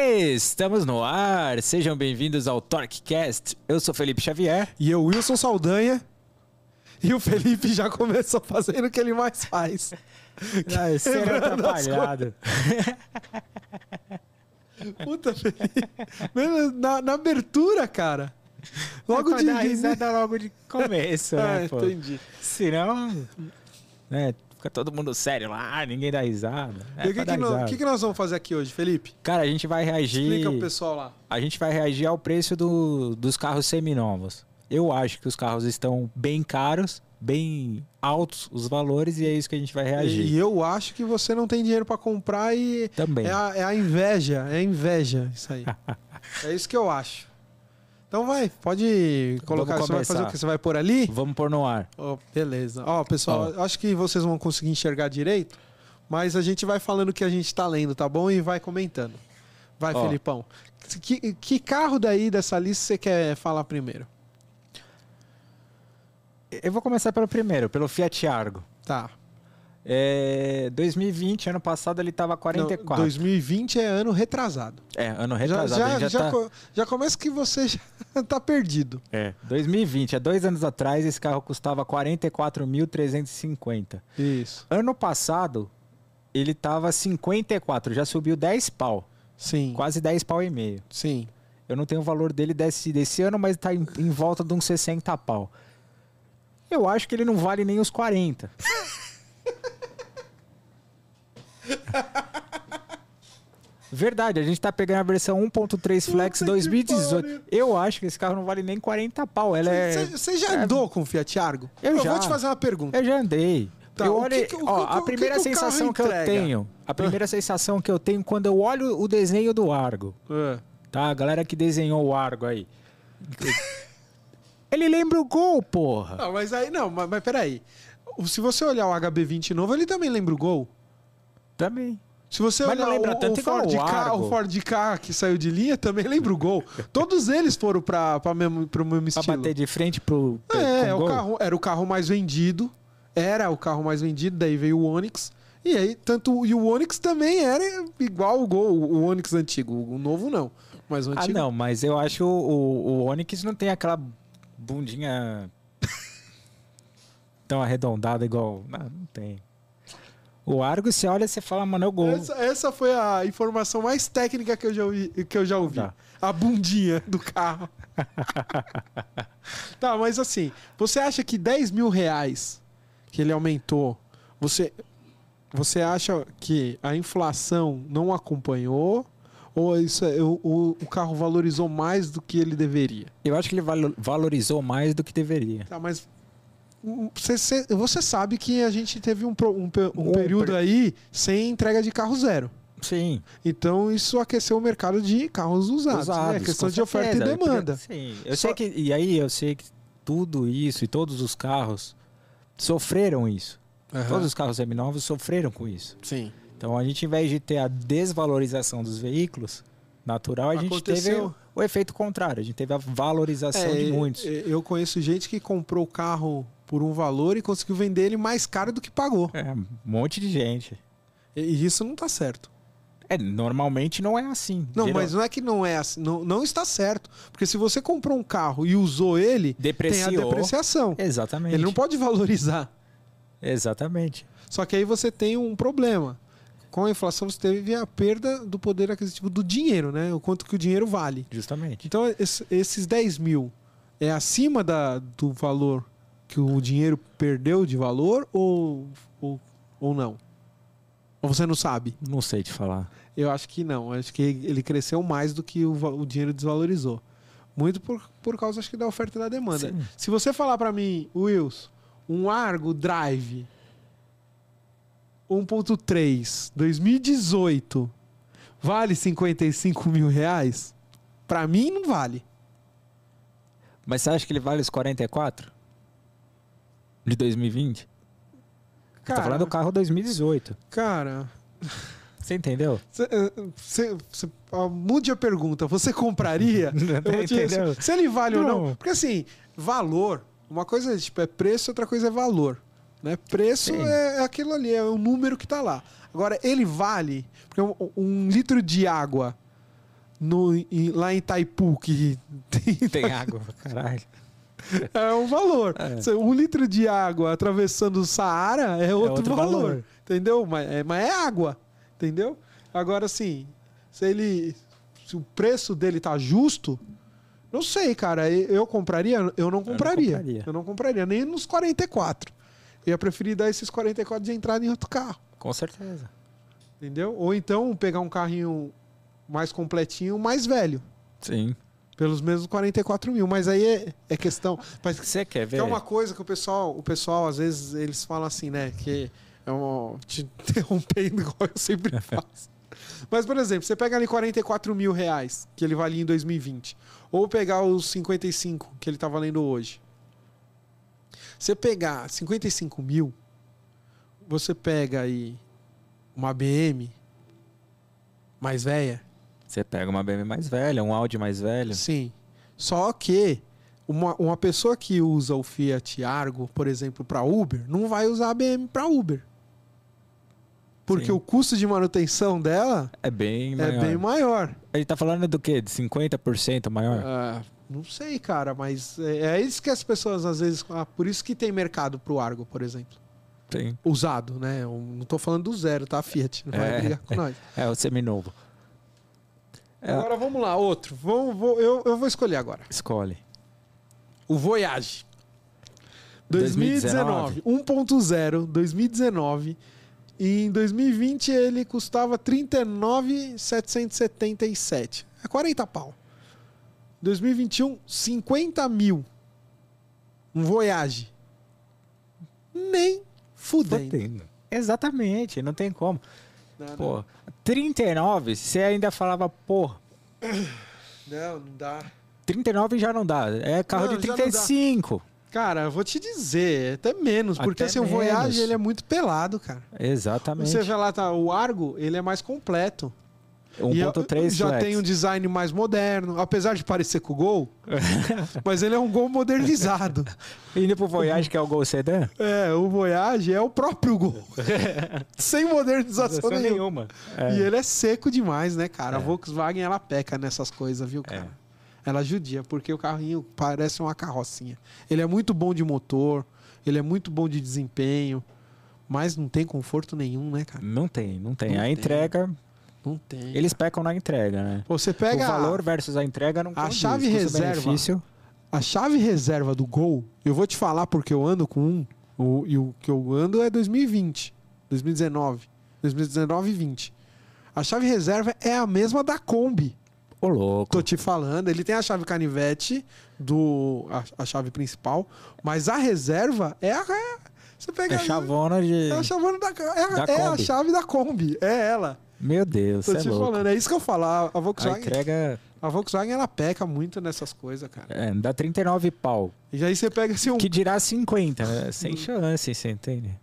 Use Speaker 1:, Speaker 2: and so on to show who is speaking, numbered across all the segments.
Speaker 1: Estamos no ar, sejam bem-vindos ao TorqueCast. Eu sou Felipe Xavier.
Speaker 2: E eu, Wilson Saldanha. E o Felipe já começou fazendo o que ele mais faz.
Speaker 3: Ah,
Speaker 2: é
Speaker 3: ser atrapalhado.
Speaker 2: Puta, Felipe. Mano, na, na abertura, cara. Logo
Speaker 3: Vai
Speaker 2: de.
Speaker 3: É dar risada logo de começo,
Speaker 1: É,
Speaker 2: Ah,
Speaker 3: né, pô?
Speaker 2: entendi.
Speaker 3: Senão,
Speaker 1: né, fica todo mundo sério lá, ninguém dá risada. É,
Speaker 2: E o
Speaker 1: pra
Speaker 2: que,
Speaker 1: dar
Speaker 2: que, nó-
Speaker 1: risada.
Speaker 2: que que nós vamos fazer aqui hoje, Felipe?
Speaker 1: Cara, a gente vai reagir.
Speaker 2: Explica pro pessoal lá.
Speaker 1: A gente vai reagir ao preço do- dos carros seminovos. Eu acho que os carros estão bem caros, bem altos os valores, e é isso que a gente vai reagir.
Speaker 2: E, e eu acho que você não tem dinheiro pra comprar e.
Speaker 1: Também.
Speaker 2: É a, é a inveja, é a inveja isso aí. é isso que eu acho. Então vai, pode colocar. Você vai
Speaker 1: começar.
Speaker 2: fazer o que? Você vai pôr ali?
Speaker 1: Vamos pôr no ar.
Speaker 2: Ó, beleza. Ó, pessoal, acho que vocês vão conseguir enxergar direito, mas a gente vai falando o que a gente tá lendo, tá bom? E vai comentando. Vai,
Speaker 1: Ó.
Speaker 2: Felipão. Que, que carro daí dessa lista você quer falar primeiro?
Speaker 1: Eu vou começar pelo primeiro, pelo Fiat Argo.
Speaker 2: Tá.
Speaker 1: É, 2020, ano passado ele tava 44.
Speaker 2: Não, 2020 é ano retrasado.
Speaker 1: É, ano
Speaker 2: Já,
Speaker 1: retrasado. a
Speaker 2: já,
Speaker 1: gente já,
Speaker 2: já
Speaker 1: tá...
Speaker 2: co- já começa que você já tá perdido.
Speaker 1: É, 2020, há dois anos atrás, esse carro custava 44.350.
Speaker 2: Isso.
Speaker 1: Ano passado, ele tava 54, já subiu 10 pau,
Speaker 2: Sim.
Speaker 1: quase 10 pau e meio.
Speaker 2: Sim.
Speaker 1: Eu não tenho o valor dele desse, desse ano, mas tá em, em volta de uns 60 pau. Eu acho que ele não vale nem os 40. Verdade, a gente tá pegando a versão 1.3 Flex
Speaker 2: Puta que
Speaker 1: 2018.
Speaker 2: pariu.
Speaker 1: Eu acho que esse carro não vale nem 40 pau. Ela é...
Speaker 2: Você você já andou com o Fiat Argo?
Speaker 1: Eu já.
Speaker 2: vou te fazer uma pergunta.
Speaker 1: Eu já andei.
Speaker 2: Tá,
Speaker 1: eu
Speaker 2: o
Speaker 1: olhei,
Speaker 2: que que- o
Speaker 1: ó,
Speaker 2: que que-
Speaker 1: a
Speaker 2: o que
Speaker 1: primeira
Speaker 2: que o carro
Speaker 1: sensação que eu
Speaker 2: entrega?
Speaker 1: tenho, a primeira sensação que eu tenho quando eu olho o desenho do Argo,
Speaker 2: Ah,
Speaker 1: tá? A galera que desenhou o Argo aí. Ele lembra o Gol, porra.
Speaker 2: Não, mas aí não, mas, mas peraí. O- Se você olhar o HB20 novo, ele também lembra o Gol?
Speaker 1: Também.
Speaker 2: Se você
Speaker 1: Mas não
Speaker 2: olhar
Speaker 1: lembra
Speaker 2: o,
Speaker 1: tanto
Speaker 2: o
Speaker 1: igual
Speaker 2: Ford
Speaker 1: o
Speaker 2: Ka,
Speaker 1: Argo.
Speaker 2: o Ford Ka que saiu de linha, também lembra o Gol. Todos eles foram para o mesmo, pro mesmo
Speaker 1: Pra
Speaker 2: estilo.
Speaker 1: bater de frente pro, pro
Speaker 2: é,
Speaker 1: com
Speaker 2: é o
Speaker 1: Gol.
Speaker 2: carro, era o carro mais vendido. Era o carro mais vendido, daí veio o Onix. E aí, tanto e o Onix também era igual o Gol, o Onix antigo, o novo não, mas o
Speaker 1: Ah,
Speaker 2: antigo.
Speaker 1: não, mas eu acho o, o, o Onix não tem aquela bundinha tão arredondada igual. Não, não tem. O Argo, você olha e você fala, mano, é o Gol.
Speaker 2: Essa, essa foi a informação mais técnica que eu já ouvi. Que eu já ouvi.
Speaker 1: Tá.
Speaker 2: A bundinha do carro. tá, mas assim, você acha que 10 mil reais que ele aumentou, você, você acha que a inflação não acompanhou? Ou isso é- o, o- o carro valorizou mais do que ele deveria?
Speaker 1: Eu acho que ele valo- valorizou mais do que deveria.
Speaker 2: Tá, mas hum, você, você- você sabe que a gente teve um, pro- um pe- um
Speaker 1: Um
Speaker 2: período
Speaker 1: pre-
Speaker 2: aí sem entrega de carro zero.
Speaker 1: Sim.
Speaker 2: Então isso aqueceu o mercado de carros usados. né? É
Speaker 1: com
Speaker 2: questão de oferta e
Speaker 1: certeza.
Speaker 2: demanda.
Speaker 1: Sim. Eu
Speaker 2: Só-
Speaker 1: sei que, e aí eu sei que tudo isso e todos os carros sofreram isso. Todos os carros seminovos sofreram com isso.
Speaker 2: Sim.
Speaker 1: Então a gente, em vez de ter a desvalorização dos veículos natural, a gente teve
Speaker 2: Aconteceu.
Speaker 1: o, o efeito contrário. A gente teve a valorização de muitos.
Speaker 2: É, Eu conheço gente que comprou o carro por um valor e conseguiu vender ele mais caro do que pagou.
Speaker 1: É, um monte de gente.
Speaker 2: E- E isso não tá certo.
Speaker 1: É, normalmente não é assim.
Speaker 2: Não,
Speaker 1: Geral-
Speaker 2: mas não é que não é assim. Não, não está certo. Porque se você comprou um carro e usou ele, tem a
Speaker 1: depreciou.
Speaker 2: depreciação.
Speaker 1: Exatamente.
Speaker 2: Ele não pode valorizar.
Speaker 1: Exatamente.
Speaker 2: Só que aí você tem um problema. Com a inflação, você teve a perda do poder aquisitivo do dinheiro, né? O quanto que o dinheiro vale.
Speaker 1: Justamente.
Speaker 2: Então, es- esses 10 mil é acima da, do valor que o dinheiro perdeu de valor ou, ou, ou não? Ou você não sabe?
Speaker 1: Não sei te falar.
Speaker 2: Eu acho que não. Acho que ele cresceu mais do que o, va- o dinheiro desvalorizou. Muito por, por causa, acho que, da oferta e da demanda.
Speaker 1: Sim.
Speaker 2: Se você falar para mim, Wills, um Argo Drive 1.3 2018 vale 55 mil reais, para mim não vale.
Speaker 1: Mas você acha que ele vale os 44? De 2020? Tá falando do carro 2018.
Speaker 2: cara
Speaker 1: Você entendeu?
Speaker 2: cê, eh, cê- cê- ó, mude a pergunta. Você compraria? Eu vou te-
Speaker 1: Entendeu?
Speaker 2: se ele vale ou
Speaker 1: Não.
Speaker 2: não. Porque assim, valor, uma coisa é, tipo, é preço, outra coisa é valor. Né? Preço
Speaker 1: Sim.
Speaker 2: é, é aquilo ali, é o número que tá lá. Agora, ele vale, porque um, um litro de água no, em- lá em Itaipu, que tem
Speaker 1: Tem água pra caralho.
Speaker 2: É um valor.
Speaker 1: É.
Speaker 2: Cê- Um litro de água atravessando o Saara é outro,
Speaker 1: outro
Speaker 2: valor,
Speaker 1: valor.
Speaker 2: Entendeu? Mas é, mas é água. Entendeu? Agora, assim, se ele. Se o preço dele tá justo, não sei, cara. E- Eu compraria? Eu não compraria. Eu não compraria,
Speaker 1: compraria.
Speaker 2: nem nos 44. Eu ia preferir dar esses 44 de entrada em outro carro.
Speaker 1: Com certeza.
Speaker 2: Entendeu? Ou então pegar um carrinho mais completinho, mais velho.
Speaker 1: Sim.
Speaker 2: Pelos mesmos 44 mil. Mas aí é, é questão. Mas
Speaker 1: Você quer ver?
Speaker 2: que é uma coisa que o pessoal, o pessoal às vezes eles falam assim, né? Que é um te interrompendo igual eu sempre faço. Mas, por exemplo, você pega ali 44 mil reais que ele valia em 2020, ou pegar os 55 que ele tá valendo hoje. Você pegar 55 mil, você pega aí uma BM mais velha,
Speaker 1: Você pega uma BM mais velha, um Audi mais velho.
Speaker 2: Sim. Só que uma, uma pessoa que usa o Fiat Argo, por exemplo, para Uber, não vai usar a BM para Uber. Porque
Speaker 1: Sim.
Speaker 2: o custo de manutenção dela
Speaker 1: É bem
Speaker 2: é
Speaker 1: maior. É.
Speaker 2: bem maior.
Speaker 1: Ele tá falando do quê? De 50% maior?
Speaker 2: Ah, não sei, cara, mas é, é isso que as pessoas às vezes. ah, por isso que tem mercado pro Argo, por exemplo.
Speaker 1: Sim.
Speaker 2: Usado, né? Eu não tô falando do zero, tá? Fiat, não vai
Speaker 1: É.
Speaker 2: brigar com nós.
Speaker 1: É o seminovo. É.
Speaker 2: Agora vamos lá, outro. Vamos, vou, eu, eu vou escolher agora.
Speaker 1: Escolhe.
Speaker 2: O Voyage.
Speaker 1: 2019.
Speaker 2: 2019, 1.0, 2019. E em 2020 ele custava 39,777. É 40 pau. 2021, 50 um, mil. Um Voyage. Nem fudendo.
Speaker 1: Fudendo. Exatamente, não tem como.
Speaker 2: Não, Ah, não,
Speaker 1: Pô, 39, você ainda falava, pô,
Speaker 2: não, não dá.
Speaker 1: 39 já não dá. É carro
Speaker 2: Não,
Speaker 1: de
Speaker 2: já não
Speaker 1: 35.
Speaker 2: Cara, eu vou te dizer, é até menos. Porque
Speaker 1: Até
Speaker 2: assim, o Voyage
Speaker 1: menos.
Speaker 2: ele é muito pelado, cara.
Speaker 1: Exatamente.
Speaker 2: Você vê lá, tá, o Argo, ele é mais completo. E eu-
Speaker 1: 1.3
Speaker 2: já
Speaker 1: flex.
Speaker 2: tem um design mais moderno, apesar de parecer com o Gol, mas ele é um Gol modernizado.
Speaker 1: Indo pro Voyage, que é o Gol Sedan?
Speaker 2: É, o Voyage é o próprio Gol, sem modernização nenhuma.
Speaker 1: É.
Speaker 2: E ele é seco demais, né, cara? A Volkswagen ela peca nessas coisas, viu,
Speaker 1: É.
Speaker 2: cara? Ela judia, porque o carrinho parece uma carrocinha. Ele é muito bom de motor, ele é muito bom de desempenho, mas não tem conforto nenhum, né, cara?
Speaker 1: Não tem, não tem.
Speaker 2: Não
Speaker 1: a
Speaker 2: tem.
Speaker 1: entrega,
Speaker 2: Não tem.
Speaker 1: eles pecam na entrega, né?
Speaker 2: Pô, Você pega
Speaker 1: o valor versus a entrega não condiz.
Speaker 2: chave reserva.
Speaker 1: Custo-benefício,
Speaker 2: A chave reserva do Gol, eu vou te falar porque eu ando com um, o- e o que eu ando é 2020, 2019, 2019 e 20. A chave reserva é a mesma da Kombi.
Speaker 1: Ô, louco.
Speaker 2: Tô te falando, ele tem a chave canivete do a, a chave principal, mas a reserva é a é- você pega
Speaker 1: É chavona de...
Speaker 2: é a chavona da, é, a-
Speaker 1: Da
Speaker 2: é a
Speaker 1: Kombi.
Speaker 2: chave da Kombi, é ela.
Speaker 1: Meu Deus,
Speaker 2: Tô
Speaker 1: você é
Speaker 2: te
Speaker 1: louco.
Speaker 2: falando, é isso que eu falo, a, a
Speaker 1: A
Speaker 2: Volkswagen,
Speaker 1: entrega
Speaker 2: a Volkswagen ela peca muito nessas coisas, cara.
Speaker 1: é, dá 39 pau.
Speaker 2: E aí você pega assim um
Speaker 1: Que dirá 50, né? sem chance, você entende?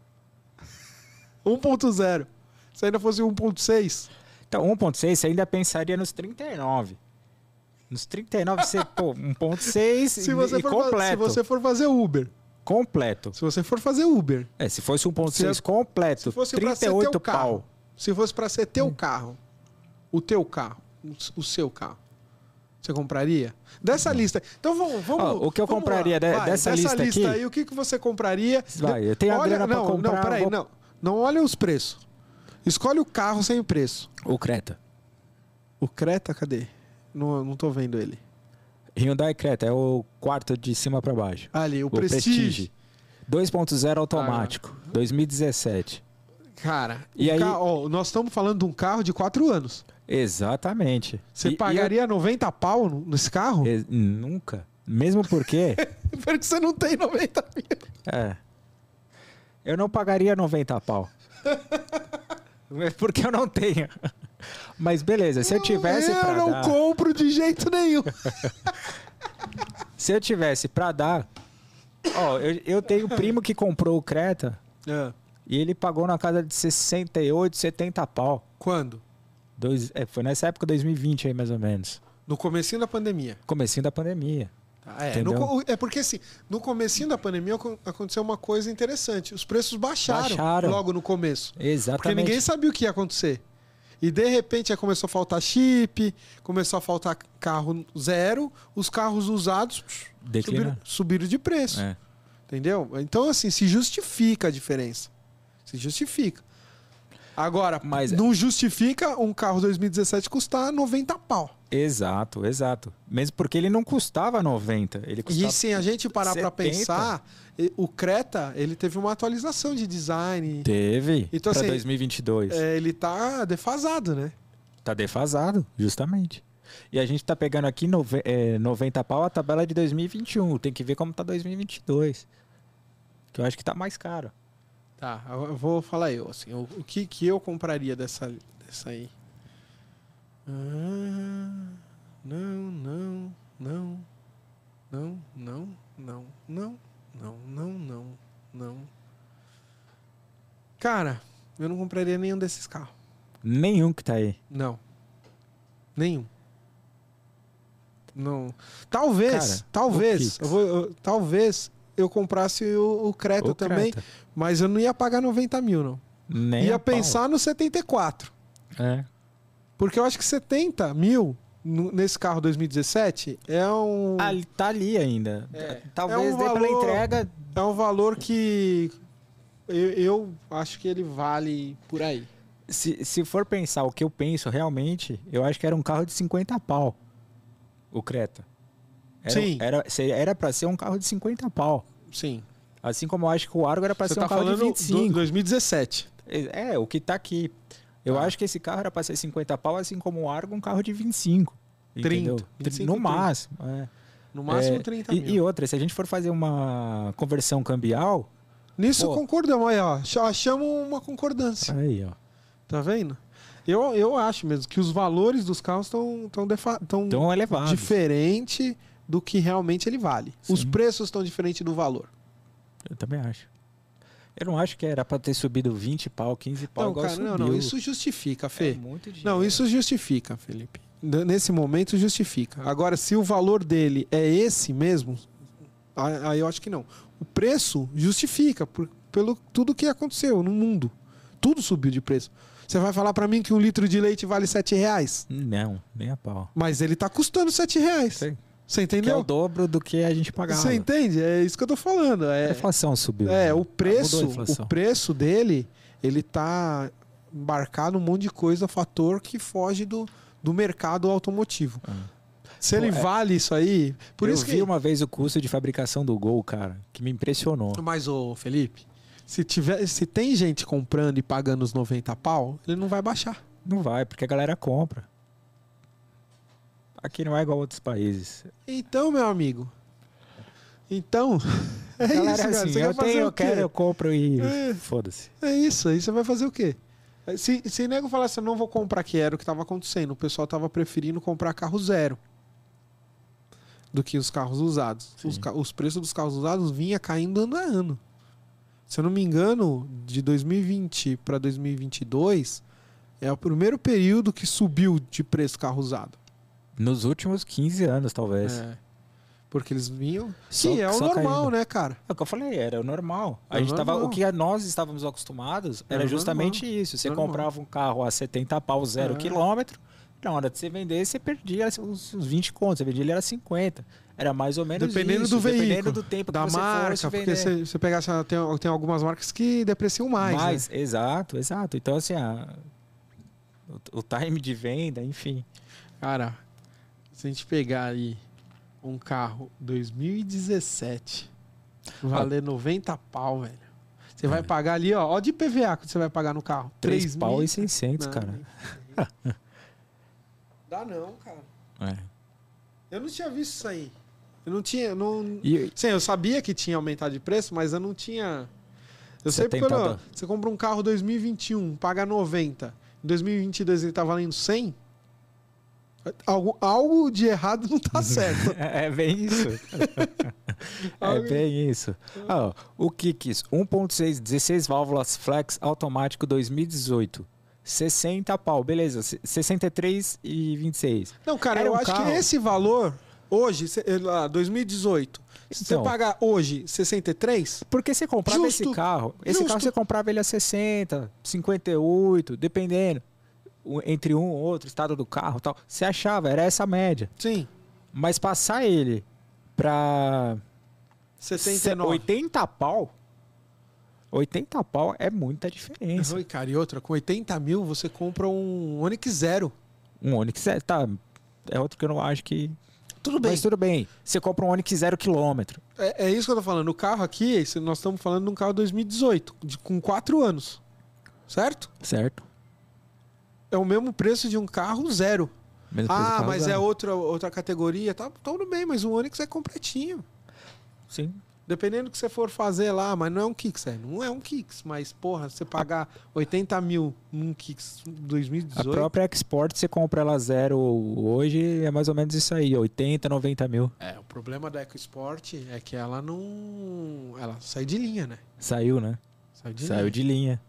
Speaker 2: 1.0. Se ainda fosse 1.6,
Speaker 1: Então, 1.6 você ainda pensaria nos 39. Nos 39 você, pô, 1.6
Speaker 2: se
Speaker 1: e,
Speaker 2: você,
Speaker 1: e
Speaker 2: for, fa- se
Speaker 1: completo.
Speaker 2: você for fazer Uber,
Speaker 1: Completo.
Speaker 2: se você for fazer Uber,
Speaker 1: É, se fosse 1.6
Speaker 2: Se-
Speaker 1: completo,
Speaker 2: se fosse pra ser
Speaker 1: 38
Speaker 2: teu um carro,
Speaker 1: pau. Hum.
Speaker 2: se fosse para ser teu carro, o teu carro, o- o seu carro, você compraria? Dessa lista. Então vamos, vamos
Speaker 1: Hum. Ó, o que eu
Speaker 2: vamos
Speaker 1: compraria de- dessa
Speaker 2: dessa
Speaker 1: lista
Speaker 2: lista
Speaker 1: aqui?
Speaker 2: aí, o que, que você compraria?
Speaker 1: Vai, eu tenho a
Speaker 2: olha,
Speaker 1: grana pra
Speaker 2: não,
Speaker 1: comprar,
Speaker 2: não, peraí,
Speaker 1: vou-
Speaker 2: não. Não olha os preços. Escolhe o carro sem preço.
Speaker 1: O Creta.
Speaker 2: O Creta, cadê? Não, não tô vendo ele.
Speaker 1: Hyundai Creta é o quarto de cima pra baixo.
Speaker 2: Ali, o, Ah.
Speaker 1: O Prestige. 2.0 automático, 2017.
Speaker 2: Cara,
Speaker 1: E
Speaker 2: um
Speaker 1: aí-
Speaker 2: ca- ó, nós estamos falando de um carro de 4 anos.
Speaker 1: Exatamente. E-
Speaker 2: Você
Speaker 1: É. e eu-
Speaker 2: pagaria 90 pau no- nesse carro?
Speaker 1: e- nunca. Mesmo porque.
Speaker 2: Porque você não tem 90 mil.
Speaker 1: é. Eu não pagaria 90 pau. Porque eu não tenho. Mas beleza, se eu tivesse
Speaker 2: eu
Speaker 1: pra
Speaker 2: não
Speaker 1: dar,
Speaker 2: compro de jeito nenhum.
Speaker 1: se eu tivesse para dar, ó, eu, eu tenho um primo que comprou o Creta
Speaker 2: Ah,
Speaker 1: e ele pagou na casa de 68, 70 pau.
Speaker 2: Quando?
Speaker 1: Dois, é, foi nessa época 2020 aí mais ou menos,
Speaker 2: No comecinho da pandemia.
Speaker 1: comecinho da pandemia.
Speaker 2: Ah, é,
Speaker 1: Entendeu?
Speaker 2: no co- é porque assim, no comecinho da pandemia acon- aconteceu uma coisa interessante. Os preços baixaram,
Speaker 1: Baixaram.
Speaker 2: logo no começo. Porque
Speaker 1: Exatamente.
Speaker 2: ninguém sabia o que ia acontecer. E de repente aí começou a faltar chip, começou a faltar carro zero, os carros usados psh,
Speaker 1: Declina.
Speaker 2: subiram, subiram de preço.
Speaker 1: É.
Speaker 2: Entendeu? Então, assim, se justifica a diferença. Se justifica. Agora,
Speaker 1: Mas- é.
Speaker 2: não justifica um carro 2017 custar 90 pau.
Speaker 1: Exato, exato. Mesmo porque ele não custava 90, ele custava
Speaker 2: E se a gente parar
Speaker 1: 70.
Speaker 2: para pensar, e- o Creta, ele teve uma atualização de design.
Speaker 1: Teve.
Speaker 2: Então,
Speaker 1: pra
Speaker 2: assim,
Speaker 1: 2022.
Speaker 2: É, ele tá defasado, né?
Speaker 1: Tá defasado, justamente. E a gente tá pegando aqui nove, é, 90 pau a tabela de 2021. Tem que ver como tá 2022. Que eu acho que tá mais caro.
Speaker 2: Tá, eu eu vou falar eu, assim, o, o que que eu compraria dessa, dessa aí? Ah, não, não, não, não, não, não, não, não, não, não, não. Cara, eu não compraria nenhum desses carros.
Speaker 1: Nenhum que tá aí.
Speaker 2: Não. Nenhum. Não. Talvez,
Speaker 1: Cara,
Speaker 2: talvez,
Speaker 1: Kicks.
Speaker 2: eu vou, eu- talvez eu comprasse o, o Creta
Speaker 1: Ô,
Speaker 2: É, também,
Speaker 1: Creta,
Speaker 2: mas eu não ia pagar 90 mil, não
Speaker 1: Nem
Speaker 2: ia
Speaker 1: a pau.
Speaker 2: pensar no 74.
Speaker 1: É.
Speaker 2: Porque eu acho que 70 mil no- nesse carro 2017 é um,
Speaker 1: Ah, ele tá ali ainda.
Speaker 2: É.
Speaker 1: Talvez
Speaker 2: É um
Speaker 1: dê pela
Speaker 2: valor-
Speaker 1: entrega.
Speaker 2: é um valor que eu, eu acho que ele vale por aí.
Speaker 1: Se, se for pensar o que eu penso realmente, eu acho que era um carro de 50 pau. O Creta. Era,
Speaker 2: Sim.
Speaker 1: Era, se- era pra ser um carro de 50 pau.
Speaker 2: Sim.
Speaker 1: Assim como eu acho que o Argo era pra
Speaker 2: Você
Speaker 1: ser
Speaker 2: tá
Speaker 1: um carro
Speaker 2: falando
Speaker 1: de 25.
Speaker 2: do 2017.
Speaker 1: É, o que tá aqui. Eu
Speaker 2: Tá.
Speaker 1: acho que esse carro era pra ser 50 pau, assim como o Argo, um carro de 25.
Speaker 2: 30,
Speaker 1: entendeu?
Speaker 2: 25,
Speaker 1: no
Speaker 2: 30.
Speaker 1: máximo. é.
Speaker 2: No máximo
Speaker 1: É,
Speaker 2: 30 mil.
Speaker 1: E, e outra, se a gente for fazer uma conversão cambial.
Speaker 2: Nisso
Speaker 1: Pô.
Speaker 2: concordamos aí, ó. Ch- Achamos uma concordância.
Speaker 1: Aí, ó.
Speaker 2: Tá vendo? Eu, eu acho mesmo que os valores dos carros estão tão defa- tão
Speaker 1: Tão elevado.
Speaker 2: diferente do que realmente ele vale. Os
Speaker 1: Sim.
Speaker 2: preços estão diferentes do valor.
Speaker 1: Eu também acho. Eu não acho que era pra ter subido 20 pau, 15 pau.
Speaker 2: Não,
Speaker 1: igual
Speaker 2: cara, não,
Speaker 1: subiu.
Speaker 2: não, isso justifica, Fê.
Speaker 1: é muito dinheiro.
Speaker 2: Não, isso justifica, Felipe. N- Nesse momento justifica.
Speaker 1: Ah.
Speaker 2: Agora, se o valor dele é esse mesmo, a- aí eu acho que não. O preço justifica por, pelo tudo que aconteceu no mundo. Tudo subiu de preço. Você vai falar pra mim que um litro de leite vale 7 reais,
Speaker 1: Não, nem a pau.
Speaker 2: mas ele tá custando 7 reais.
Speaker 1: Sim.
Speaker 2: Você
Speaker 1: Que é o
Speaker 2: entendeu?
Speaker 1: dobro do que a gente pagava.
Speaker 2: Você entende? É isso que eu tô falando.
Speaker 1: A
Speaker 2: É,
Speaker 1: inflação subiu.
Speaker 2: é,
Speaker 1: né?
Speaker 2: o preço,
Speaker 1: Mudou a inflação.
Speaker 2: o preço dele, ele tá embarcado um monte de coisa, fator que foge do, do mercado automotivo.
Speaker 1: Ah.
Speaker 2: Se ele
Speaker 1: Pô, é-
Speaker 2: vale isso aí, por
Speaker 1: eu
Speaker 2: isso
Speaker 1: vi
Speaker 2: que
Speaker 1: uma vez o custo de fabricação do Gol, cara, que me impressionou.
Speaker 2: Mas ô Felipe, se tiver, se tem gente comprando e pagando os 90 pau, ele não vai baixar.
Speaker 1: Não vai, porque a galera compra. Aqui não é igual a outros países.
Speaker 2: Então, meu amigo. Então, é
Speaker 1: a galera
Speaker 2: isso,
Speaker 1: é
Speaker 2: cara.
Speaker 1: assim,
Speaker 2: Você
Speaker 1: eu
Speaker 2: vai fazer
Speaker 1: tenho,
Speaker 2: o
Speaker 1: eu
Speaker 2: quê?
Speaker 1: quero, eu compro e
Speaker 2: É.
Speaker 1: foda-se.
Speaker 2: É isso, aí você vai fazer o quê? É, Se, se nego falasse, eu não vou comprar, que era o que estava acontecendo, o pessoal estava preferindo comprar carro zero do que os carros usados. Os,
Speaker 1: Sim.
Speaker 2: ca- os preços dos carros usados vinha caindo ano a ano. Se eu não me engano, de 2020 para 2022 é o primeiro período que subiu de preço carro usado.
Speaker 1: Nos últimos 15 anos, talvez.
Speaker 2: É. Porque eles vinham.
Speaker 1: Só-
Speaker 2: Sim, é o
Speaker 1: só
Speaker 2: normal,
Speaker 1: caindo.
Speaker 2: né, cara?
Speaker 1: É o que eu falei, era o normal. A
Speaker 2: É
Speaker 1: gente tava,
Speaker 2: normal.
Speaker 1: o que nós estávamos acostumados era
Speaker 2: É
Speaker 1: justamente isso. Você
Speaker 2: Normal.
Speaker 1: comprava um carro a 70 pau, zero
Speaker 2: É.
Speaker 1: quilômetro. Na hora de você vender, você perdia os os 20 contos. Você vendia, ele era 50. Era mais ou menos
Speaker 2: Dependendo
Speaker 1: isso,
Speaker 2: do
Speaker 1: Dependendo
Speaker 2: veículo,
Speaker 1: do tempo
Speaker 2: Da
Speaker 1: que você
Speaker 2: marca,
Speaker 1: fosse
Speaker 2: porque
Speaker 1: vender.
Speaker 2: você, você pegasse. ah, Tem, tem algumas marcas que depreciam mais.
Speaker 1: mais,
Speaker 2: né?
Speaker 1: exato, exato. Então, assim, a- o, o time de venda, enfim.
Speaker 2: Cara, se a gente pegar aí um carro 2017, valer 90 pau, velho. Você vai pagar ali, ó, ó de PVA que você vai pagar no carro.
Speaker 1: 3 pau
Speaker 2: mil. né?
Speaker 1: e 600,
Speaker 2: Não,
Speaker 1: cara.
Speaker 2: nem fudendo. Dá não, cara.
Speaker 1: É.
Speaker 2: Eu não tinha visto isso aí. Eu não tinha, não,
Speaker 1: E,
Speaker 2: Sim, eu sabia que tinha aumentado de preço, mas eu não tinha. Eu
Speaker 1: Você
Speaker 2: sei porque
Speaker 1: tem
Speaker 2: quando
Speaker 1: toda-
Speaker 2: você compra um carro 2021, paga 90, em 2022 ele tá valendo 100. Algo, algo de errado não tá certo.
Speaker 1: é bem isso. é
Speaker 2: Algo-
Speaker 1: bem isso. Ah, ó, o Kicks 1.6, 16 válvulas flex automático 2018. 60 pau, beleza. se- 63 e 26.
Speaker 2: Não, cara,
Speaker 1: Era
Speaker 2: eu
Speaker 1: um
Speaker 2: acho
Speaker 1: carro-
Speaker 2: que esse valor, hoje, se- eh, lá, 2018, se você
Speaker 1: Então.
Speaker 2: pagar hoje 63,
Speaker 1: Porque você comprava esse
Speaker 2: Justo,
Speaker 1: carro, esse
Speaker 2: justo.
Speaker 1: carro você comprava ele a 60, 58, dependendo. o- entre um ou outro, estado do carro e tal. Você achava, era essa a média.
Speaker 2: Sim.
Speaker 1: Mas passar ele pra
Speaker 2: 79.
Speaker 1: 80 pau. 80 pau é muita diferença.
Speaker 2: Oi, cara, e outra, com 80 mil você compra um Onix Zero.
Speaker 1: Um Onix é, tá, é outro que eu não acho que.
Speaker 2: Tudo bem.
Speaker 1: Mas tudo bem. Você compra um Onix zero quilômetro.
Speaker 2: É, é isso que eu tô falando. O carro aqui, esse- nós estamos falando de um carro 2018, de- com 4 anos. Certo?
Speaker 1: Certo?
Speaker 2: É o mesmo preço de um carro zero.
Speaker 1: Mesmo preço do
Speaker 2: Ah,
Speaker 1: carro
Speaker 2: mas é
Speaker 1: zero.
Speaker 2: outra, outra categoria. Tá tudo bem, mas o Onix é completinho.
Speaker 1: Sim.
Speaker 2: Dependendo do que você for fazer lá, mas não é um Kicks, é. Não é um Kicks, mas, porra, você pagar 80 mil num Kicks
Speaker 1: A
Speaker 2: 2018.
Speaker 1: própria Export, você compra ela zero hoje, é mais ou menos isso aí, 80, 90 mil.
Speaker 2: É, o problema da EcoSport é que ela não. Ela sai de linha, né?
Speaker 1: Saiu, né?
Speaker 2: Sai de
Speaker 1: Saiu
Speaker 2: linha.
Speaker 1: de linha.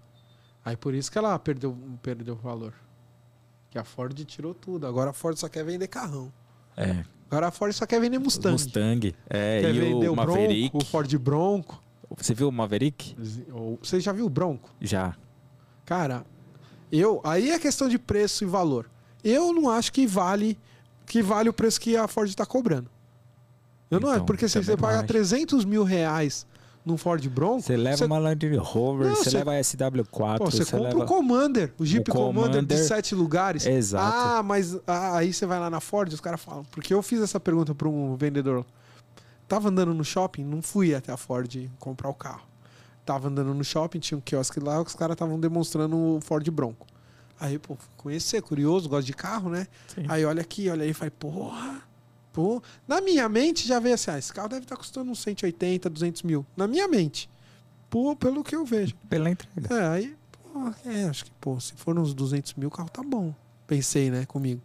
Speaker 2: Aí por isso que ela perdeu, perdeu valor. Que a Ford tirou tudo. Agora a Ford só quer vender carrão.
Speaker 1: É.
Speaker 2: Agora a Ford só quer vender
Speaker 1: Os
Speaker 2: Mustang.
Speaker 1: Mustang. É,
Speaker 2: Quer
Speaker 1: e
Speaker 2: vender
Speaker 1: o
Speaker 2: o
Speaker 1: Maverick.
Speaker 2: Bronco, o Ford Bronco.
Speaker 1: Você viu o Maverick?
Speaker 2: Ou- Você já viu o Bronco?
Speaker 1: Já.
Speaker 2: Cara, eu. Aí é questão de preço e valor. Eu não acho que vale que vale o preço que a Ford está cobrando. Eu não
Speaker 1: Então,
Speaker 2: acho, porque se
Speaker 1: também
Speaker 2: você
Speaker 1: não
Speaker 2: pagar
Speaker 1: acho.
Speaker 2: 300 mil reais num Ford Bronco,
Speaker 1: Você leva
Speaker 2: você,
Speaker 1: uma Land Rover,
Speaker 2: Não,
Speaker 1: você
Speaker 2: você-
Speaker 1: leva a SW4,
Speaker 2: pô, você
Speaker 1: você
Speaker 2: compra
Speaker 1: leva.
Speaker 2: o Commander, o Jeep
Speaker 1: o
Speaker 2: Commander, de
Speaker 1: Commander.
Speaker 2: sete lugares.
Speaker 1: Exato.
Speaker 2: Ah, mas ah, aí você vai lá na Ford, os caras falam. Porque eu fiz essa pergunta para um vendedor. Tava andando no shopping, não fui até a Ford comprar o carro. Tava andando no shopping, tinha um quiosque lá, os caras estavam demonstrando o Ford Bronco. Aí, pô, fui conhecer, curioso, gosto de carro, né?
Speaker 1: Sim.
Speaker 2: Aí olha aqui, olha aí, fala, porra. Pô. Na minha mente já veio assim, ah, esse carro deve estar custando uns 180, 200 mil. Na minha mente. Pô, pelo que eu vejo.
Speaker 1: Pela entrega.
Speaker 2: É, aí, pô, é, acho que, pô, se for uns 200 mil, o carro tá bom. Pensei, né, comigo.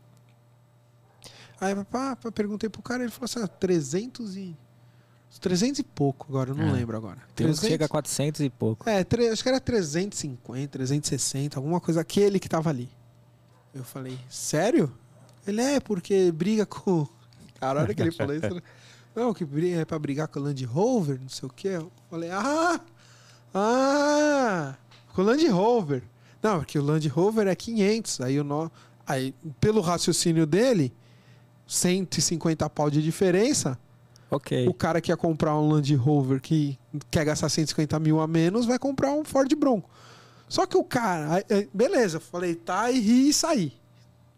Speaker 2: Aí, pá, pá, perguntei pro cara, ele falou assim, ah, 300 e... uns 300 e pouco agora, eu não
Speaker 1: É.
Speaker 2: lembro agora.
Speaker 1: Tem uns que chega a 400 e pouco.
Speaker 2: É, tre- acho que era 350, 360, alguma coisa, aquele que tava ali. Eu falei, sério? Ele é, porque briga com. Cara, a hora que ele falou isso. né? Não, que briga é pra brigar com o Land Rover, não sei o quê. Eu falei, ah! Ah! Com o Land Rover. Não, porque o Land Rover é 500. Aí, o nó, aí pelo raciocínio dele, 150 pau de diferença.
Speaker 1: Ok.
Speaker 2: O cara que ia comprar um Land Rover que quer gastar 150 mil a menos vai comprar um Ford Bronco. Só que o cara, aí, aí, beleza, eu falei, tá, e ri e saí.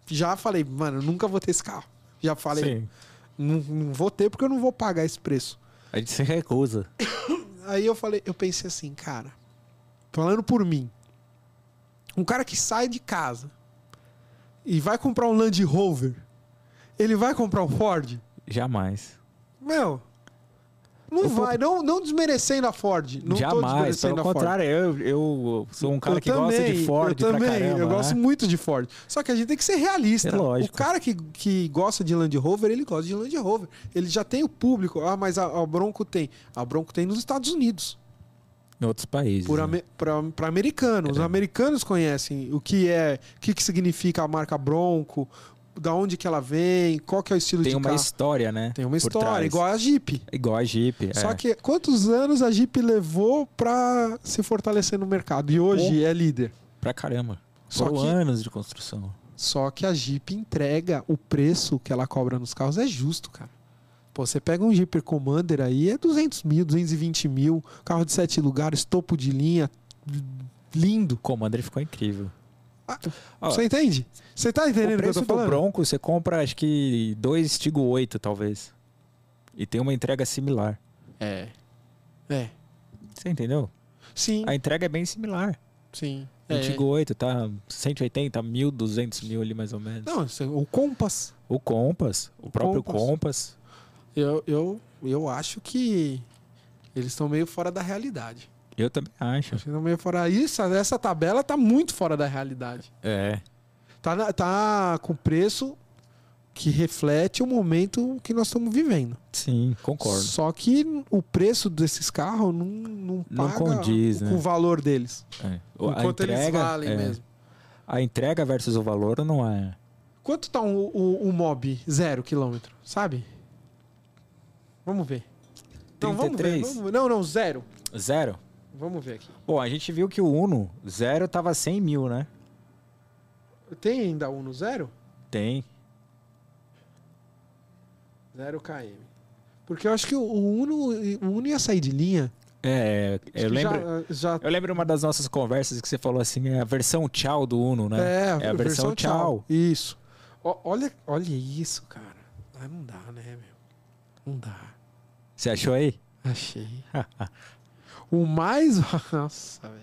Speaker 2: Já falei, mano, eu nunca vou ter esse carro. Já falei,
Speaker 1: Sim.
Speaker 2: não, não vou ter porque eu não vou pagar esse preço.
Speaker 1: A gente se recusa.
Speaker 2: Aí eu falei, eu pensei assim, cara, falando por mim, um cara que sai de casa e vai comprar um Land Rover, ele vai comprar um Ford?
Speaker 1: Jamais.
Speaker 2: Meu, não
Speaker 1: Eu tô-
Speaker 2: vai, não, não desmerecendo a Ford. Não tô
Speaker 1: Jamais.
Speaker 2: desmerecendo
Speaker 1: Pelo
Speaker 2: a Ford.
Speaker 1: contrário, eu, eu sou um cara
Speaker 2: Eu
Speaker 1: que gosta de
Speaker 2: também,
Speaker 1: Ford
Speaker 2: Eu
Speaker 1: pra
Speaker 2: também,
Speaker 1: caramba.
Speaker 2: eu gosto
Speaker 1: né?
Speaker 2: muito de Ford. Só que a gente tem que ser realista.
Speaker 1: É lógico.
Speaker 2: O cara que, que gosta de Land Rover, ele gosta de Land Rover. Ele já tem o público. Ah, mas a, a Bronco tem. A Bronco tem nos Estados Unidos.
Speaker 1: Em outros países. né?
Speaker 2: Para americanos. Os
Speaker 1: É.
Speaker 2: americanos conhecem o que é, o que, que significa a marca Bronco, da onde que ela vem, qual que é o estilo
Speaker 1: Tem
Speaker 2: de
Speaker 1: uma
Speaker 2: carro.
Speaker 1: história, né?
Speaker 2: Tem uma
Speaker 1: por
Speaker 2: história,
Speaker 1: trás.
Speaker 2: igual a Jeep.
Speaker 1: Igual a Jeep. é.
Speaker 2: Só que quantos anos a Jeep levou pra se fortalecer no mercado? E hoje é líder.
Speaker 1: Pra caramba.
Speaker 2: Só
Speaker 1: Foram
Speaker 2: que-
Speaker 1: anos de construção.
Speaker 2: Só que a Jeep entrega o preço que ela cobra nos carros é justo, cara. Pô, você pega um Jeep Commander aí, é 200 mil, 220 mil, carro de sete lugares, topo de linha, lindo.
Speaker 1: O Commander ficou incrível.
Speaker 2: Ah,
Speaker 1: Ó,
Speaker 2: você entende? Você tá entendendo
Speaker 1: o
Speaker 2: o que eu
Speaker 1: preço
Speaker 2: tô
Speaker 1: do
Speaker 2: falando?
Speaker 1: Bronco, você compra acho que dois Tigo 8, talvez. E tem uma entrega similar.
Speaker 2: É. É.
Speaker 1: Você entendeu?
Speaker 2: Sim,
Speaker 1: A entrega é bem similar.
Speaker 2: sim.
Speaker 1: O
Speaker 2: É.
Speaker 1: Tigo 8 tá 180, 1.200 mil ali mais ou menos.
Speaker 2: Não, isso é- o Compass.
Speaker 1: O Compass, o próprio Compass.
Speaker 2: Eu, eu, eu acho que eles estão meio fora da realidade.
Speaker 1: eu também acho.
Speaker 2: Eles estão meio fora. Isso, essa tabela tá muito fora da realidade.
Speaker 1: É.
Speaker 2: Tá, na- tá com preço que reflete o momento que nós estamos vivendo.
Speaker 1: Sim, concordo.
Speaker 2: Só que o preço desses carros não, não
Speaker 1: Não
Speaker 2: paga
Speaker 1: condiz,
Speaker 2: com
Speaker 1: né?
Speaker 2: o valor deles.
Speaker 1: É.
Speaker 2: O
Speaker 1: A
Speaker 2: quanto eles
Speaker 1: entrega,
Speaker 2: valem
Speaker 1: é,
Speaker 2: mesmo.
Speaker 1: A entrega versus o valor não é.
Speaker 2: Quanto tá um, o, o mob zero quilômetro, sabe? Vamos ver. Não, Então, vamos ver,
Speaker 1: 33?
Speaker 2: vamos ver. Não, não, zero.
Speaker 1: Zero?
Speaker 2: Vamos ver aqui.
Speaker 1: Bom, a gente viu que o Uno, zero, tava 100 mil, né?
Speaker 2: Tem ainda Uno zero?
Speaker 1: Tem.
Speaker 2: Zero km. Porque eu acho que o Uno, o Uno ia sair de linha.
Speaker 1: É, eu
Speaker 2: Acho que
Speaker 1: lembro,
Speaker 2: Já, já-
Speaker 1: eu lembro uma das nossas conversas que você falou assim, é a versão tchau do Uno, né?
Speaker 2: é,
Speaker 1: É a versão tchau.
Speaker 2: Isso. Ó, olha, olha isso, cara. Ah, não dá, né, meu? Não dá.
Speaker 1: Você achou aí?
Speaker 2: Achei. o mais. Nossa, velho.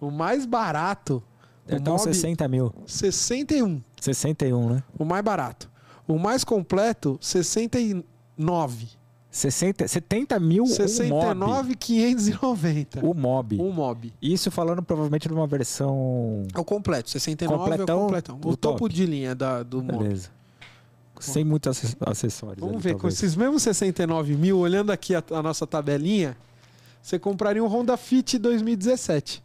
Speaker 2: O mais barato. O
Speaker 1: Deve dar uns
Speaker 2: Mob
Speaker 1: 60 mil.
Speaker 2: 61.
Speaker 1: 61, né?
Speaker 2: O mais barato. O mais completo, 69.
Speaker 1: 60, 70 mil
Speaker 2: 69,590.
Speaker 1: o mob. O mob.
Speaker 2: Um mob.
Speaker 1: Isso falando provavelmente de uma versão...
Speaker 2: É o completo. 69 é
Speaker 1: Completão,
Speaker 2: o completão. O
Speaker 1: o
Speaker 2: topo
Speaker 1: top.
Speaker 2: de linha da, do mob.
Speaker 1: Beleza. Sem muitos acess- acessórios.
Speaker 2: Vamos
Speaker 1: ali,
Speaker 2: ver, com
Speaker 1: talvez.
Speaker 2: esses mesmos 69 mil, olhando aqui a, a nossa tabelinha, você compraria um Honda Fit 2017.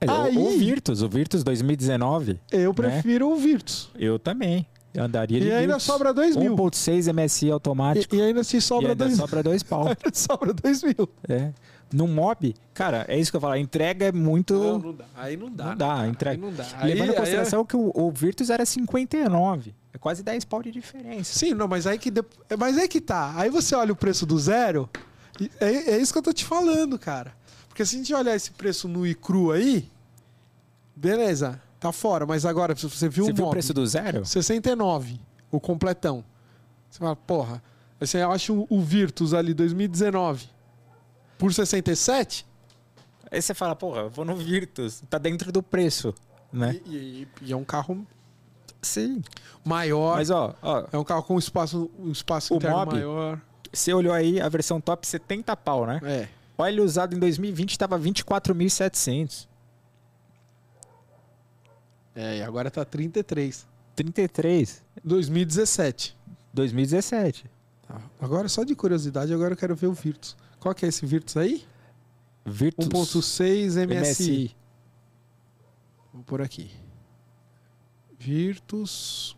Speaker 1: É, o- O,
Speaker 2: Aí-
Speaker 1: Virtus, o Virtus 2019,
Speaker 2: Eu prefiro o Virtus.
Speaker 1: eu também. Eu andaria de
Speaker 2: E ainda
Speaker 1: Virtus.
Speaker 2: sobra 2 mil.
Speaker 1: 1.6 MSI automático.
Speaker 2: E, e ainda se
Speaker 1: E,
Speaker 2: sobra
Speaker 1: ainda
Speaker 2: 2 mil.
Speaker 1: sobra dois pau.
Speaker 2: Ainda sobra 2 mil.
Speaker 1: é. No mob, cara, é isso que eu falo. A entrega é muito.
Speaker 2: dá. Aí não
Speaker 1: Não dá,
Speaker 2: cara.
Speaker 1: entrega.
Speaker 2: não dá.
Speaker 1: Levando
Speaker 2: Aí-
Speaker 1: em
Speaker 2: aí é-
Speaker 1: consideração que o, o Virtus era 59. É quase 10 pau de diferença.
Speaker 2: Sim, não, mas aí que. dep- é, Mas aí que tá. Aí você olha o preço do zero. e É, é isso que eu tô te falando, cara. Porque se a gente olhar esse preço nu e cru aí, beleza, tá fora. Mas agora, se você viu
Speaker 1: Você
Speaker 2: o
Speaker 1: viu o
Speaker 2: mob,
Speaker 1: preço do
Speaker 2: Então.
Speaker 1: zero?
Speaker 2: 69, o completão. Você fala, porra, aí você acha o, o Virtus ali 2019 por 67?
Speaker 1: Aí você fala, porra, eu vou no Virtus. Tá dentro do preço, né?
Speaker 2: E, e- e é um carro
Speaker 1: Sim.
Speaker 2: maior.
Speaker 1: Mas ó, ó,
Speaker 2: É um carro com espaço, um espaço
Speaker 1: O
Speaker 2: interno
Speaker 1: Mob?
Speaker 2: maior.
Speaker 1: você olhou aí a versão top 70 pau, né?
Speaker 2: É.
Speaker 1: Olha, usado em 2020 tava 24.700.
Speaker 2: É, e agora tá 33.
Speaker 1: 33,
Speaker 2: 2017.
Speaker 1: 2017.
Speaker 2: Tá. Agora, só de curiosidade, agora eu quero ver o Virtus. Qual que é esse Virtus aí?
Speaker 1: Virtus
Speaker 2: 1.6 MSI.
Speaker 1: MSI.
Speaker 2: Vou por aqui. Virtus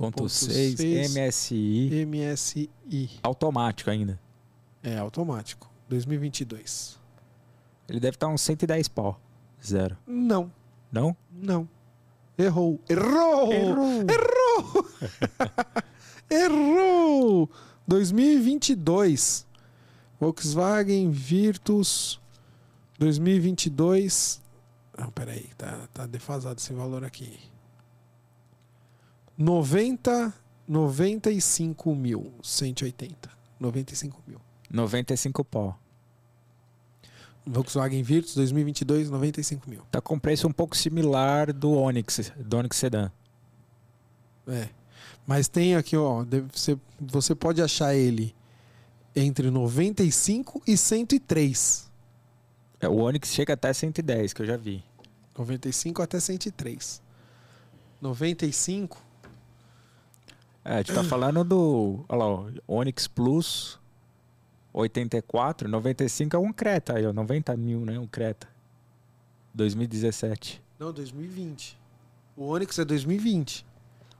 Speaker 2: 1
Speaker 1: 1.6 MSI
Speaker 2: MSI.
Speaker 1: automático ainda.
Speaker 2: É automático. 2022.
Speaker 1: Ele deve estar uns 110 pau. Zero.
Speaker 2: Não,
Speaker 1: Não?
Speaker 2: não. Errou. Errou! Errou! Errou! 2022. Volkswagen Virtus 2022. Não, peraí, tá, tá defasado esse valor aqui. 90, 95 mil, 180. 95 mil.
Speaker 1: 95 pau.
Speaker 2: Volkswagen Virtus 2022, 95 mil.
Speaker 1: Tá com preço um pouco similar do Onix, do Onix Sedan.
Speaker 2: É. Mas tem aqui, ó. deve- Você, você pode achar ele entre 95 e 103.
Speaker 1: É, O Onix chega até 110, que eu já vi.
Speaker 2: 95 até 103. 95?
Speaker 1: É, a gente tá falando do. Olha lá, ó, Onix Plus 84, 95 é um Creta aí, ó. 90 mil, né? Um Creta. 2017.
Speaker 2: Não, 2020. O Onix é 2020.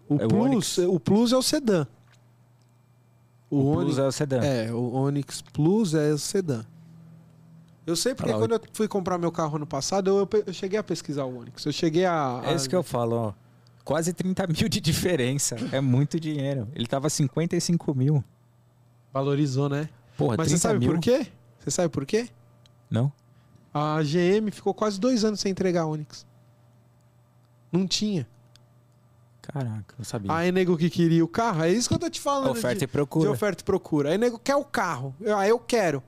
Speaker 2: O,
Speaker 1: É o
Speaker 2: Plus,
Speaker 1: Onix.
Speaker 2: o Plus é o sedã. O,
Speaker 1: O,
Speaker 2: Onix
Speaker 1: Plus é o Sedan.
Speaker 2: é... o Onix Plus é o sedã. Eu sei porque
Speaker 1: Olha lá,
Speaker 2: quando eu fui comprar meu carro ano passado, eu, eu pe- eu cheguei a pesquisar o Onix. Eu cheguei a.
Speaker 1: É isso que eu falo, ó. Quase 30 mil de diferença. É muito dinheiro. Ele tava 55 mil.
Speaker 2: Valorizou, né?
Speaker 1: Porra,
Speaker 2: Mas
Speaker 1: 30
Speaker 2: você sabe
Speaker 1: mil.
Speaker 2: por quê? Você sabe por quê?
Speaker 1: Não?
Speaker 2: A GM ficou quase dois anos sem entregar a Onix. Não tinha.
Speaker 1: Caraca, não sabia.
Speaker 2: Aí nego que queria o carro, é isso que eu tô te falando.
Speaker 1: Oferta
Speaker 2: de,
Speaker 1: e procura.
Speaker 2: de oferta e procura. Aí nego quer o carro. Eu- Aí eu quero.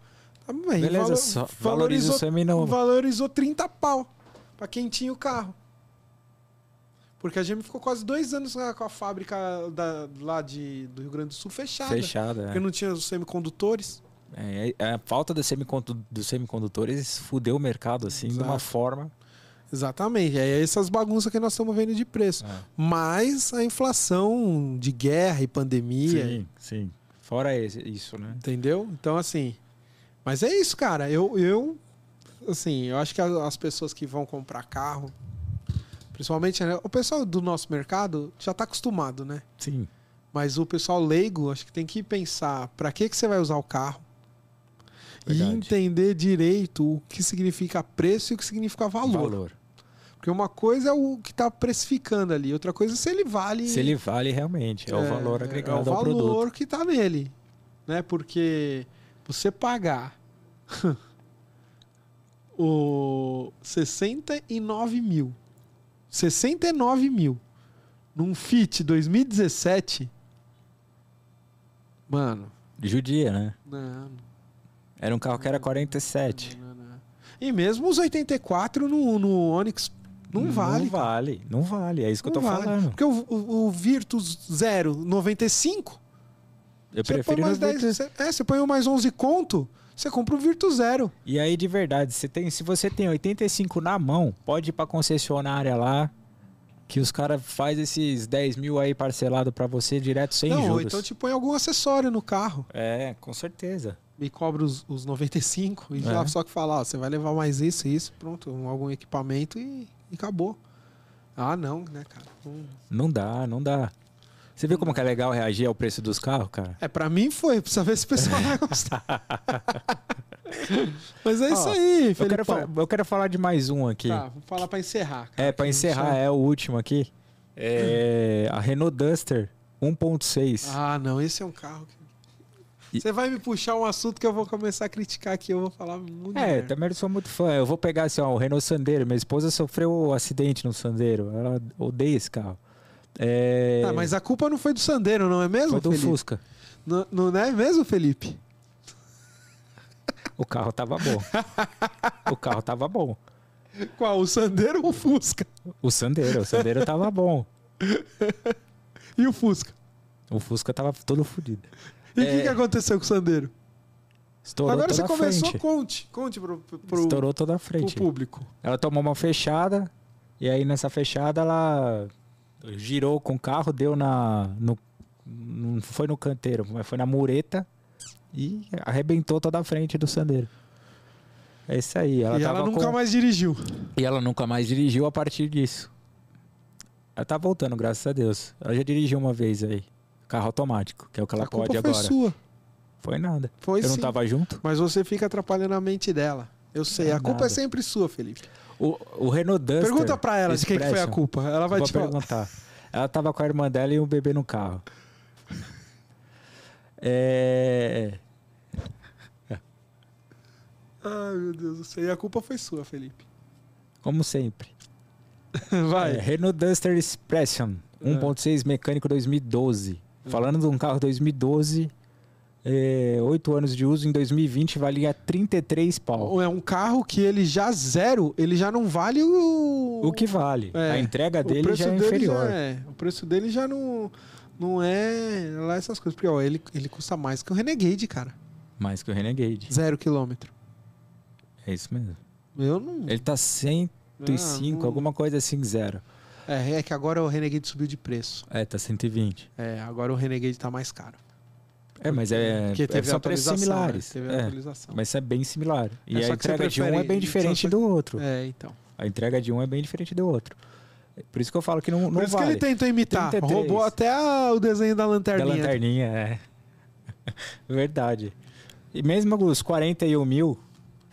Speaker 2: Tá bem,
Speaker 1: Beleza,
Speaker 2: valo-
Speaker 1: só valoriza o seminovo.
Speaker 2: valorizou 30 pau pra quem tinha o carro. Porque a GM ficou quase dois anos lá com a fábrica da- lá de, do Rio Grande do Sul fechada.
Speaker 1: Fechada.
Speaker 2: Porque
Speaker 1: é.
Speaker 2: não tinha os semicondutores.
Speaker 1: É, é, a falta dos semicondu- dos semicondutores fudeu o mercado, assim, de uma
Speaker 2: Exato.
Speaker 1: forma.
Speaker 2: Exatamente. É essas bagunças que nós estamos vendo de preço.
Speaker 1: É.
Speaker 2: Mas a inflação de guerra e pandemia,
Speaker 1: Sim, sim. Fora esse- isso, né?
Speaker 2: entendeu? Então, assim. Mas é isso, cara. Eu, eu assim, eu acho que a- as pessoas que vão comprar carro, principalmente né, o pessoal do nosso mercado, já está acostumado, né?
Speaker 1: Sim.
Speaker 2: Mas o pessoal leigo, acho que tem que pensar para que, que você vai usar o carro
Speaker 1: Verdade.
Speaker 2: e entender direito o que significa preço e o que significa valor.
Speaker 1: Valor.
Speaker 2: Porque uma coisa é o que está precificando ali, outra coisa é se ele vale.
Speaker 1: Se ele vale realmente, é, o valor agregado
Speaker 2: é o
Speaker 1: ao produto.
Speaker 2: valor que está nele. Né? Porque você pagar o 69 mil. 69 mil num FIT 2017. Mano,
Speaker 1: Judia, né?
Speaker 2: não,
Speaker 1: Era um carro que era 47.
Speaker 2: não, não. E mesmo os 84 no, no Onix não vale.
Speaker 1: Não
Speaker 2: cara.
Speaker 1: vale, não vale. É isso que eu
Speaker 2: Não
Speaker 1: tô
Speaker 2: vale.
Speaker 1: falando.
Speaker 2: Porque o, o, o Virtus 0 95,
Speaker 1: Eu
Speaker 2: você põe
Speaker 1: prefiro
Speaker 2: mais
Speaker 1: mais
Speaker 2: 10, você- é, você põe mais 11 conto, você compra o Virtus 0.
Speaker 1: E aí, de verdade, você tem, se você tem 85 na mão, pode ir pra concessionária lá, que os caras faz esses 10 mil aí parcelado pra você direto sem
Speaker 2: Não, ou
Speaker 1: juros.
Speaker 2: então te põe algum acessório no carro.
Speaker 1: É, com certeza.
Speaker 2: Me cobra os, os 95 e
Speaker 1: É.
Speaker 2: já só que fala, ó, você vai levar mais isso e isso, pronto, um- algum equipamento e, e acabou. Ah, não, né, cara? Não-
Speaker 1: Não dá, não dá. Você viu como que é legal reagir ao preço dos carros, cara?
Speaker 2: É, pra mim foi, precisa ver se o pessoal vai gostar. Mas é isso
Speaker 1: Ó,
Speaker 2: aí,
Speaker 1: Eu quero,
Speaker 2: Felipão.
Speaker 1: fa- eu quero falar de mais um aqui.
Speaker 2: Tá, vou falar pra encerrar. cara,
Speaker 1: É, pra
Speaker 2: que
Speaker 1: encerrar,
Speaker 2: isso-
Speaker 1: é o último aqui. É a Renault Duster 1.6.
Speaker 2: Ah, não, esse é um carro que...
Speaker 1: E-
Speaker 2: Você vai me puxar um assunto que eu vou começar a criticar aqui, eu vou falar muito.
Speaker 1: É,
Speaker 2: merda.
Speaker 1: também não sou muito fã. Eu vou pegar assim, ó, o Renault Sandero. Minha esposa sofreu um acidente no Sandero. Ela odeia esse carro. É...
Speaker 2: Ah, mas a culpa não foi do Sandeiro, não é mesmo,
Speaker 1: foi do
Speaker 2: Felipe?
Speaker 1: Fusca.
Speaker 2: Não, não é mesmo, Felipe?
Speaker 1: O carro tava bom. o carro tava bom.
Speaker 2: Qual, o Sandeiro ou o Fusca?
Speaker 1: O Sandero, o Sandero tava bom.
Speaker 2: E o Fusca?
Speaker 1: O Fusca tava todo fodido.
Speaker 2: E o
Speaker 1: É.
Speaker 2: que, que aconteceu com o Sandeiro?
Speaker 1: Estourou
Speaker 2: Agora
Speaker 1: toda
Speaker 2: você
Speaker 1: a
Speaker 2: começou,
Speaker 1: frente.
Speaker 2: conte. Conte pro, pro, pro
Speaker 1: Estourou toda a frente.
Speaker 2: público.
Speaker 1: Ela tomou uma fechada e aí nessa fechada ela girou com o carro, deu na no não foi no canteiro, mas foi na mureta e arrebentou toda a frente do Sandero. É isso aí, ela
Speaker 2: e
Speaker 1: tava
Speaker 2: ela nunca
Speaker 1: com-
Speaker 2: mais dirigiu.
Speaker 1: e ela nunca mais dirigiu a partir disso. Ela tá voltando, graças a Deus. Ela já dirigiu uma vez aí, carro automático, que é o que ela
Speaker 2: a culpa
Speaker 1: pode
Speaker 2: foi
Speaker 1: agora.
Speaker 2: sua.
Speaker 1: Foi nada.
Speaker 2: Foi
Speaker 1: Eu
Speaker 2: sim.
Speaker 1: não tava junto.
Speaker 2: Mas você fica atrapalhando a mente dela. Eu sei,
Speaker 1: É
Speaker 2: a culpa
Speaker 1: nada.
Speaker 2: é sempre sua, Felipe.
Speaker 1: O, o Renault Duster.
Speaker 2: Pergunta pra ela de quem que foi a
Speaker 1: Expression.
Speaker 2: culpa. Ela vai
Speaker 1: Vou
Speaker 2: te falar.
Speaker 1: perguntar. Ela tava com a irmã dela e um bebê no carro. É...
Speaker 2: Ai, meu Deus do céu. E a culpa foi sua, Felipe.
Speaker 1: Como sempre.
Speaker 2: Vai.
Speaker 1: É, Renault Duster Expression
Speaker 2: É.
Speaker 1: 1.6 mecânico 2012. Falando de um carro 2012, é, 8 anos de uso, em 2020 valia 33 pau.
Speaker 2: Ou É um carro que ele já zero, ele já não vale o.
Speaker 1: O que vale?
Speaker 2: É,
Speaker 1: a entrega
Speaker 2: o
Speaker 1: dele
Speaker 2: preço
Speaker 1: já é
Speaker 2: dele
Speaker 1: inferior.
Speaker 2: já é. O preço dele já não, não é lá essas coisas. Porque ó, ele, ele custa mais que o Renegade, cara.
Speaker 1: Mais que o Renegade.
Speaker 2: Zero quilômetro.
Speaker 1: É isso mesmo.
Speaker 2: Eu não.
Speaker 1: Ele tá 105,
Speaker 2: Ah, não-
Speaker 1: alguma coisa assim, zero.
Speaker 2: É, é que agora o Renegade subiu de preço.
Speaker 1: É, tá 120.
Speaker 2: É, agora o Renegade tá mais caro.
Speaker 1: É, mas é,
Speaker 2: Porque teve
Speaker 1: são preços
Speaker 2: atualização.
Speaker 1: similares.
Speaker 2: Né? Teve
Speaker 1: é.
Speaker 2: atualização.
Speaker 1: Mas isso é bem similar. E
Speaker 2: É,
Speaker 1: a
Speaker 2: só que você
Speaker 1: entrega de um é
Speaker 2: prefere-
Speaker 1: bem diferente
Speaker 2: só-
Speaker 1: do outro.
Speaker 2: É, então.
Speaker 1: A entrega de um é bem diferente do outro. É Por isso que eu falo que não,
Speaker 2: Por
Speaker 1: não
Speaker 2: isso que
Speaker 1: vale.
Speaker 2: ele tentou imitar.
Speaker 1: 33.
Speaker 2: Roubou até a- o desenho da
Speaker 1: da
Speaker 2: lanterninha.
Speaker 1: lanterninha, é. Verdade. E mesmo os 41 mil,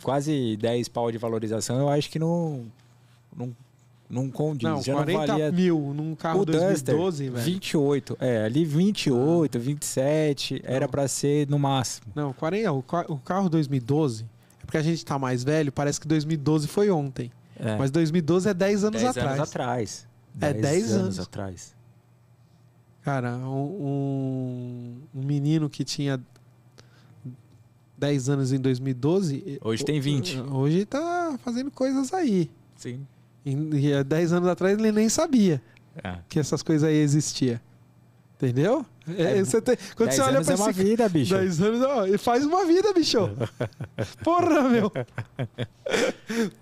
Speaker 1: quase 10 pau de valorização, eu acho que não, não, não condiz.
Speaker 2: Não,
Speaker 1: Já
Speaker 2: 40
Speaker 1: não valia
Speaker 2: mil num carro
Speaker 1: o Duster,
Speaker 2: 2012, velho. Ah.
Speaker 1: 28. É, ali 28, 27, era
Speaker 2: Não.
Speaker 1: pra ser no máximo.
Speaker 2: Não, 40, o, ca- o carro 2012, é porque a gente tá mais velho, parece que 2012 foi ontem.
Speaker 1: É.
Speaker 2: Mas 2012 é 10 anos
Speaker 1: 10
Speaker 2: atrás.
Speaker 1: anos atrás.
Speaker 2: É, 10 anos.
Speaker 1: atrás.
Speaker 2: Cara, um, um- um menino que tinha 10 anos em 2012.
Speaker 1: Hoje tem 20.
Speaker 2: Hoje tá fazendo coisas aí.
Speaker 1: Sim.
Speaker 2: E e há 10 anos atrás ele nem sabia
Speaker 1: É.
Speaker 2: que essas coisas aí existiam. Entendeu? É,
Speaker 1: É,
Speaker 2: você tem- quando você olha
Speaker 1: anos
Speaker 2: pra
Speaker 1: é uma
Speaker 2: esse
Speaker 1: vida, bicho.
Speaker 2: 10 anos, ó, e faz uma vida, bicho. Porra, meu.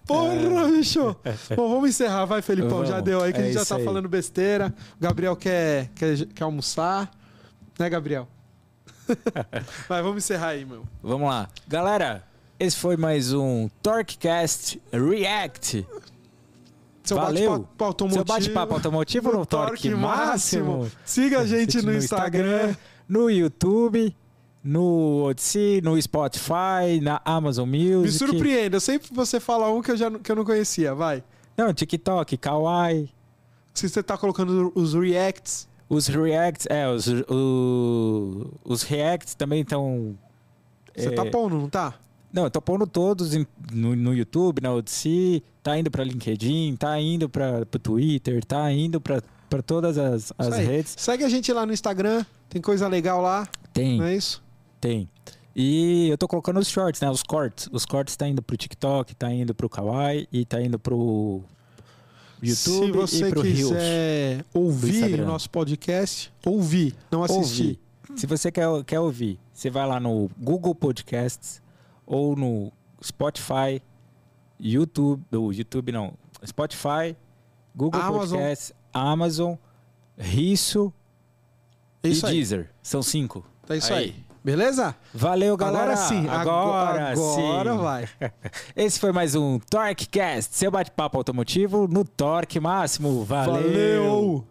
Speaker 2: Porra, bicho. Bom, vamos encerrar, vai, Felipão. Já
Speaker 1: É. Vamos.
Speaker 2: deu aí que a
Speaker 1: É
Speaker 2: gente já
Speaker 1: isso
Speaker 2: tá
Speaker 1: aí.
Speaker 2: falando besteira. O Gabriel quer, quer, quer almoçar. Né, Gabriel? vai, vamos encerrar aí, meu.
Speaker 1: Vamos lá. Galera, esse foi mais um TorqueCast React.
Speaker 2: Seu
Speaker 1: Valeu.
Speaker 2: bate-papo automotivo.
Speaker 1: Seu bate-papo automotivo no Torque Máximo.
Speaker 2: Siga a gente no, Instagram.
Speaker 1: no YouTube, no Odyssey, no Spotify, na Amazon Music.
Speaker 2: Me surpreenda. Eu sempre você fala um que eu, já, não- que eu não conhecia. Vai.
Speaker 1: Não, TikTok, Kawaii,
Speaker 2: Se você tá colocando os reacts,
Speaker 1: os Reacts, é, os, o- os Reacts também estão...
Speaker 2: você
Speaker 1: É.
Speaker 2: tá pondo, não tá?
Speaker 1: Não, eu tô pondo todos em- no, no YouTube, na Odyssey, tá indo pra LinkedIn, tá indo pra, pro Twitter, tá indo pra, pra todas as, as
Speaker 2: Isso aí.
Speaker 1: redes.
Speaker 2: Segue a gente lá no Instagram, tem coisa legal lá,
Speaker 1: Tem,
Speaker 2: não é isso?
Speaker 1: tem. E eu tô colocando os shorts, né? Os cortes. Os cortes tá indo pro TikTok, tá indo pro Kawaii e tá indo pro YouTube
Speaker 2: Se você
Speaker 1: e pro Reels.
Speaker 2: quiser ouvir
Speaker 1: Instagram.
Speaker 2: o nosso podcast, ouvir, não assistir.
Speaker 1: Ouvir. Se você quer, quer ouvir, você vai lá no Google Podcasts ou no Spotify, YouTube, ou YouTube não, Spotify, Google
Speaker 2: Amazon.
Speaker 1: Podcasts, Amazon, Risso
Speaker 2: É isso
Speaker 1: e
Speaker 2: aí.
Speaker 1: Deezer. São cinco.
Speaker 2: Tá isso aí. Beleza?
Speaker 1: Valeu, galera.
Speaker 2: Agora sim.
Speaker 1: Agora,
Speaker 2: Agora
Speaker 1: sim.
Speaker 2: vai.
Speaker 1: Esse foi mais um TorqueCast, seu bate-papo automotivo no Torque Máximo. Valeu.
Speaker 2: Valeu.